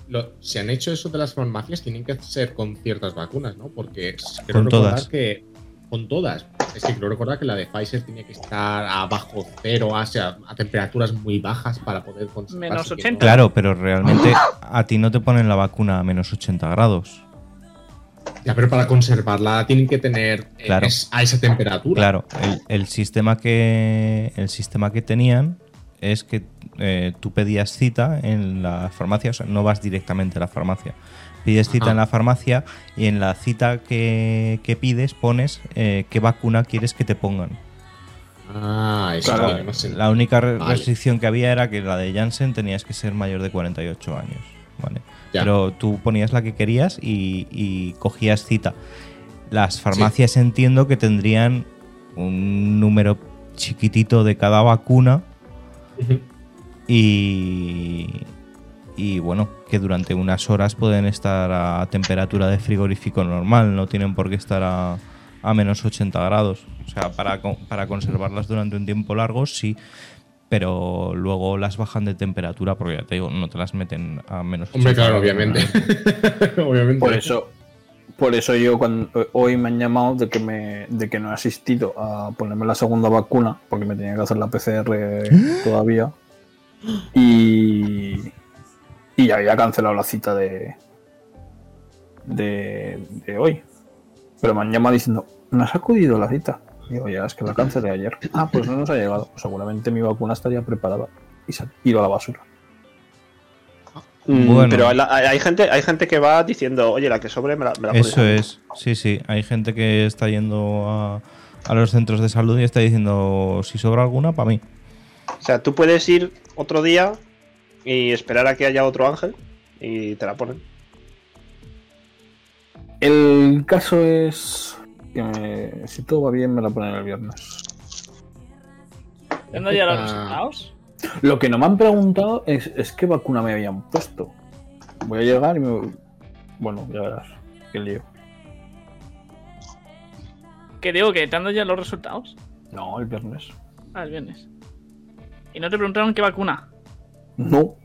Speaker 4: lo- si han hecho eso de las farmacias, tienen que ser con ciertas vacunas, ¿no? Porque creo
Speaker 1: Con
Speaker 4: recordar
Speaker 1: todas.
Speaker 4: Que, con todas. Es que creo recordar que la de Pfizer tenía que estar a bajo cero, a, o sea, a temperaturas muy bajas para poder conservarse
Speaker 2: Menos
Speaker 4: que
Speaker 2: 80.
Speaker 1: Claro, pero realmente a ti no te ponen la vacuna a menos 80 grados.
Speaker 4: no- Ya, pero para conservarla tienen que tener eh,
Speaker 1: Claro.
Speaker 4: es- a esa temperatura.
Speaker 1: Claro, el, el sistema, que, el sistema que tenían es que eh, tú pedías cita en la farmacia, o sea, no vas directamente a la farmacia. Pides cita
Speaker 4: Ajá.
Speaker 1: en la farmacia y en la cita que, que pides pones eh, qué vacuna quieres que te pongan.
Speaker 4: Ah, eso
Speaker 5: Claro.
Speaker 4: tiene más sentido.
Speaker 1: La única re-
Speaker 4: Vale.
Speaker 1: restricción que había era que la de Janssen tenías que ser mayor de 48 años. ¿vale?
Speaker 4: Ya.
Speaker 1: Pero tú ponías la que querías y, y cogías cita. Las farmacias entiendo que tendrían un número chiquitito de cada vacuna
Speaker 4: Ujú.
Speaker 1: y, y bueno, que durante unas horas pueden estar a temperatura de frigorífico normal, no tienen por qué estar a, a menos 80 grados. O sea, para, co- para conservarlas durante un tiempo largo sí, pero luego las bajan de temperatura porque ya te digo, no te las meten a menos
Speaker 4: Hombre,
Speaker 1: 80
Speaker 4: claro,
Speaker 1: grados.
Speaker 4: obviamente. obviamente.
Speaker 5: Por eso, por eso yo cuando, eh, hoy me han llamado de que, me, de que no he asistido a ponerme la segunda vacuna, porque me tenía que hacer la PCR todavía. Y, y ya había cancelado la cita de, de, de hoy. Pero me han llamado diciendo, ¿no has acudido a la cita? Digo, ya, es que la cancelé ayer. Ah, pues no nos ha llegado. Seguramente mi vacuna estaría preparada. Y se ha ido a la basura.
Speaker 3: Mm,
Speaker 1: Bueno.
Speaker 3: Pero la- hay, hay gente, hay gente que va diciendo, oye, la que sobre me la, me la pones
Speaker 1: Eso
Speaker 3: a mí".
Speaker 1: es, sí, sí. Hay gente que está yendo a, a los centros de salud y está diciendo, si sobra alguna, para mí.
Speaker 3: O sea, tú puedes ir otro día y esperar a que haya otro ángel y te la ponen.
Speaker 5: El caso es que me- si todo va bien me la ponen el viernes.
Speaker 2: ¿Tendrá ya los
Speaker 4: Ah.
Speaker 2: resultados?
Speaker 5: Lo que no me han preguntado es, es qué vacuna me habían puesto. Voy a llegar y me... Bueno, ya verás. Qué lío.
Speaker 2: Que digo que te han dado ya los resultados.
Speaker 5: No, el viernes.
Speaker 2: Ah, el viernes. Y no te preguntaron qué vacuna.
Speaker 5: No.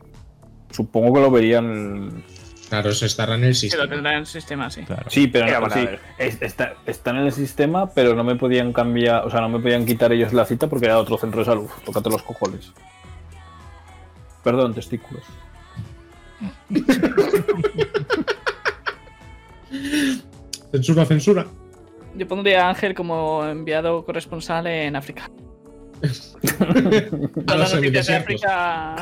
Speaker 5: Supongo que lo verían el...
Speaker 4: Claro, eso estará en el
Speaker 2: Que lo
Speaker 4: sistema.
Speaker 2: tendrá en el sistema, sí.
Speaker 1: Claro.
Speaker 5: Sí, pero
Speaker 3: Era
Speaker 5: no,
Speaker 3: para
Speaker 5: sí,
Speaker 3: ver.
Speaker 5: es- está, está en el sistema, pero no me podían cambiar, o sea, no me podían quitar ellos la cita porque era otro centro de salud. Tócate los cojones. Perdón, testículos.
Speaker 4: Censura, censura.
Speaker 2: Yo pondría a Ángel como enviado corresponsal en África.
Speaker 4: A
Speaker 2: Todas
Speaker 4: los
Speaker 2: las noticias de
Speaker 4: semidesiertos.
Speaker 2: África.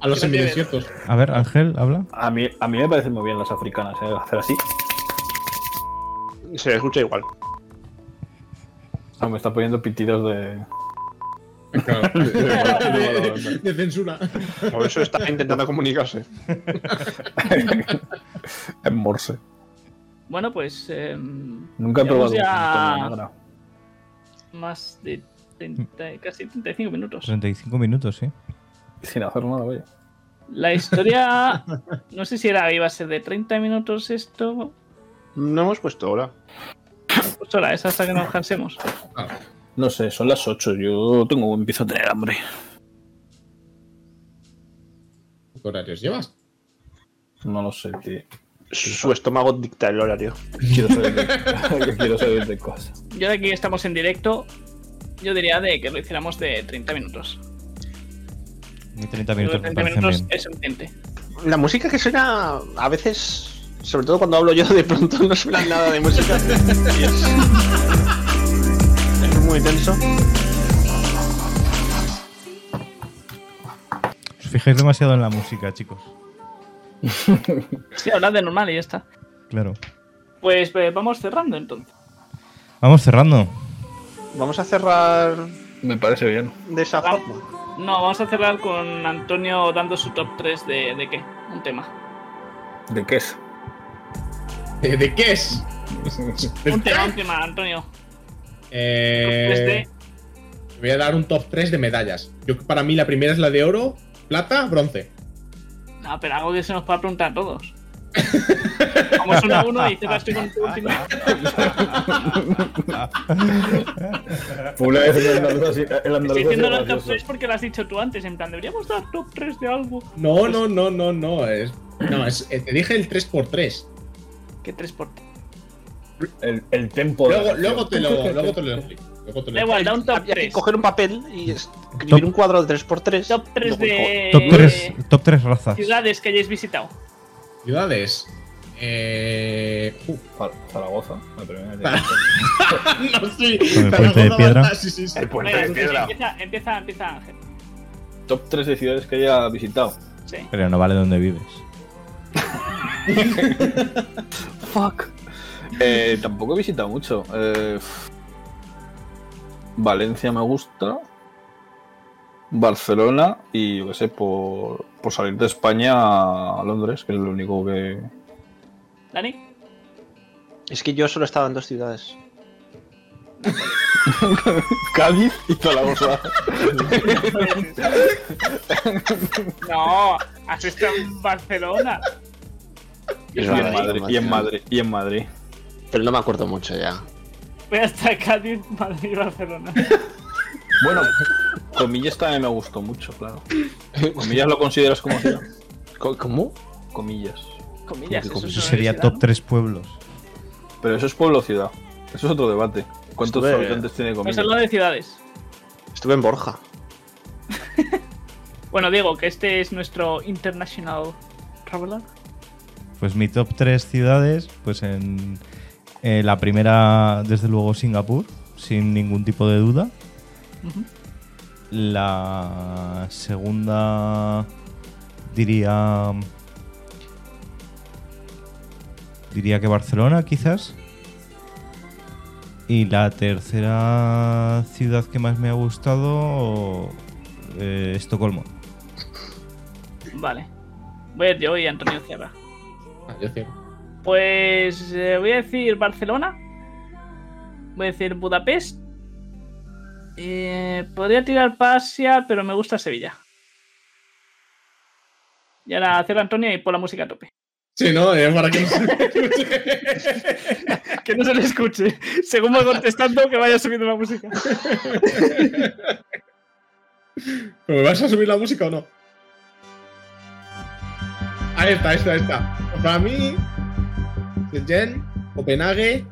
Speaker 4: A los
Speaker 2: Que no tienen.
Speaker 4: semidesiertos.
Speaker 1: A ver, Ángel, habla.
Speaker 5: A mí, a mí me parecen muy bien las africanas, ¿eh? hacer así.
Speaker 3: Se escucha igual.
Speaker 5: Ah, me está poniendo pitidos de.
Speaker 6: Ah,
Speaker 4: de, de censura.
Speaker 3: Por eso está intentando comunicarse.
Speaker 5: en morse.
Speaker 2: Bueno, pues. em,
Speaker 5: Nunca he
Speaker 2: Llevamos
Speaker 5: probado una
Speaker 2: ya-
Speaker 5: sintonía negra.
Speaker 2: más de 30 casi 35 minutos.
Speaker 1: 35 minutos, sí.
Speaker 5: Sin hacer nada, vaya.
Speaker 2: La historia. No sé si era iba a ser de 30 minutos esto.
Speaker 3: No hemos puesto ahora.
Speaker 2: Pues ahora, es hasta que nos cansemos.
Speaker 5: No sé, son las 8. Yo tengo, empiezo a tener hambre.
Speaker 4: ¿Qué horarios llevas?
Speaker 5: No lo sé, tío.
Speaker 3: Su estómago dicta el horario.
Speaker 5: Quiero saber de, yo quiero saber de cosas.
Speaker 2: Yo de aquí estamos en directo. Yo diría de que lo hiciéramos de 30 minutos.
Speaker 1: Y 30
Speaker 2: Pero
Speaker 1: minutos me
Speaker 2: 30
Speaker 1: parecen
Speaker 2: minutos
Speaker 1: bien.
Speaker 2: es suficiente.
Speaker 3: La música que suena a veces, sobre todo cuando hablo yo, de pronto no suena nada de música. Y es, es muy tenso.
Speaker 1: Os fijáis demasiado en la música, chicos.
Speaker 2: Sí, hablar de normal y ya está.
Speaker 1: Claro.
Speaker 2: Pues, pues, vamos cerrando entonces.
Speaker 1: Vamos cerrando.
Speaker 3: Vamos a cerrar
Speaker 5: Me parece bien.
Speaker 3: de esa
Speaker 2: Vale.
Speaker 3: forma.
Speaker 2: No, vamos a cerrar con Antonio dando su top 3 de, de qué? Un tema.
Speaker 5: ¿De qué es?
Speaker 6: ¿De, de qué es?
Speaker 2: Un tema, un tema, Antonio.
Speaker 6: Eh,
Speaker 2: Este,
Speaker 6: voy a dar un top 3 de medallas. Yo para mí la primera es la de oro, plata, bronce.
Speaker 2: no, pero algo que se nos pueda preguntar a todos. Vamos uno a uno y dices, "Va, estoy con tu último.
Speaker 5: Fue una vez en Andalucía. En
Speaker 2: Estoy
Speaker 5: Andalucía
Speaker 2: diciendo
Speaker 5: era
Speaker 2: el top
Speaker 5: gracioso.
Speaker 2: 3 porque lo has dicho tú antes. En plan, deberíamos dar top 3 de algo.
Speaker 6: No, no, no, no, no. Es, no, es, eh, te dije el 3x3.
Speaker 2: ¿Qué 3 por 3?
Speaker 5: el, el tempo. de
Speaker 6: Luego,
Speaker 5: la
Speaker 6: luego te lo
Speaker 5: canción.
Speaker 6: luego te lo explico. Luego te lo
Speaker 2: Da igual, da un top
Speaker 3: Había que
Speaker 2: 3.
Speaker 3: coger un papel y escribir
Speaker 1: Top-
Speaker 3: un cuadro de 3x3.
Speaker 2: Top 3 de
Speaker 1: Top 3, top 3 razas.
Speaker 2: ciudades que hayáis visitado.
Speaker 6: explico. Ciudades. Eh, uh,
Speaker 5: Za- Zaragoza. La primera.
Speaker 6: no, sí.
Speaker 1: Con el puente de piedra.
Speaker 6: Sí, sí, sí.
Speaker 5: El puente
Speaker 2: Venga,
Speaker 5: de piedra.
Speaker 2: empieza, empieza, empieza Ángel.
Speaker 5: Top 3 de ciudades que haya visitado.
Speaker 2: Sí.
Speaker 1: Pero no vale donde vives.
Speaker 5: Fuck. Eh, tampoco he visitado mucho. Eh, f- Valencia me gusta. Barcelona y yo qué sé, por, por salir de España a Londres, que es lo único que.
Speaker 2: Dani,
Speaker 3: Es que yo solo estaba en dos ciudades.
Speaker 5: Cádiz y Zaragoza.
Speaker 2: no, has estado en Barcelona.
Speaker 5: y,
Speaker 2: Madrid,
Speaker 5: en Madrid, y en Madrid. Y en Madrid.
Speaker 3: Pero no me acuerdo mucho ya.
Speaker 2: Voy hasta Cádiz, Madrid y Barcelona.
Speaker 5: Bueno, Comillas también me gustó mucho, claro. Comillas lo consideras como ciudad.
Speaker 3: Co- ¿Cómo?
Speaker 5: Comillas.
Speaker 2: Comillas, eso, es
Speaker 1: Eso
Speaker 2: una
Speaker 1: sería
Speaker 2: universidad,
Speaker 1: top 3 pueblos.
Speaker 5: Pero eso es pueblo o ciudad. Eso es otro debate. ¿Cuántos
Speaker 3: Estuve-
Speaker 5: habitantes tiene
Speaker 2: ¿no? Pues
Speaker 5: comillas?
Speaker 2: hablo de ciudades.
Speaker 3: Estuve en Borja.
Speaker 2: Bueno, Diego, que este es nuestro International Traveler.
Speaker 1: Pues mi top 3 ciudades, pues en eh, la primera, desde luego Singapur, sin ningún tipo de duda.
Speaker 2: Ujú.
Speaker 1: La segunda diría diría que Barcelona quizás. Y la tercera ciudad que más me ha gustado eh, Estocolmo.
Speaker 2: Vale. Voy a ir yo y Antonio cierra.
Speaker 6: Ah, yo cierro.
Speaker 2: Pues eh, voy a decir Barcelona. Voy a decir Budapest. Eh, podría tirar Pasia, pero me gusta Sevilla. Y ahora cierra Antonio y pon la música a tope.
Speaker 6: Sí, no, es para que no
Speaker 2: Que no se le escuche. Según va contestando, que vaya subiendo la música.
Speaker 6: ¿Pero me vas a subir la música o no? Ahí está, ahí está, ahí está. Pues Para mí, Shenzhen, Copenhague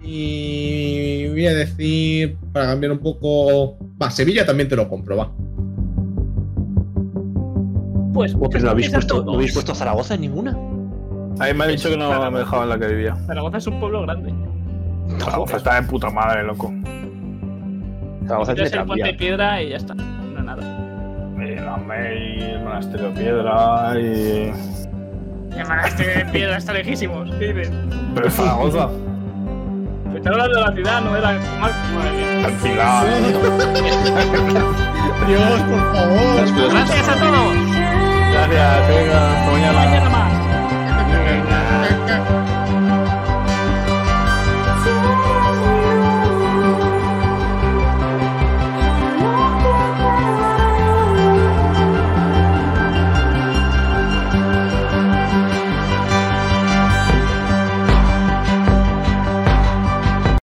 Speaker 6: y voy a decir, para cambiar un poco... Va, Sevilla también te lo compro, va.
Speaker 2: Pues,
Speaker 3: Pero no habéis
Speaker 2: esas
Speaker 3: puesto, no
Speaker 2: dos.
Speaker 3: habéis puesto Zaragoza en ninguna.
Speaker 5: A mí me ha dicho que no me dejaban la que vivía.
Speaker 2: Zaragoza es un pueblo grande.
Speaker 5: Zaragoza está de puta madre, loco.
Speaker 3: Zaragoza
Speaker 2: Tiras
Speaker 3: tiene
Speaker 2: el puente de
Speaker 3: tranvía.
Speaker 2: piedra y ya está. No nada.
Speaker 5: Y la May, el monasterio de piedra y.
Speaker 2: El monasterio este de piedra está lejísimos. ¿Qué dices?
Speaker 5: Pero es Zaragoza.
Speaker 2: Me están hablando de la ciudad, no de la comarca. Madre mía.
Speaker 5: Al final.
Speaker 6: Dios, por favor.
Speaker 2: Gracias a todos.
Speaker 5: Gracias, venga, hasta mañana.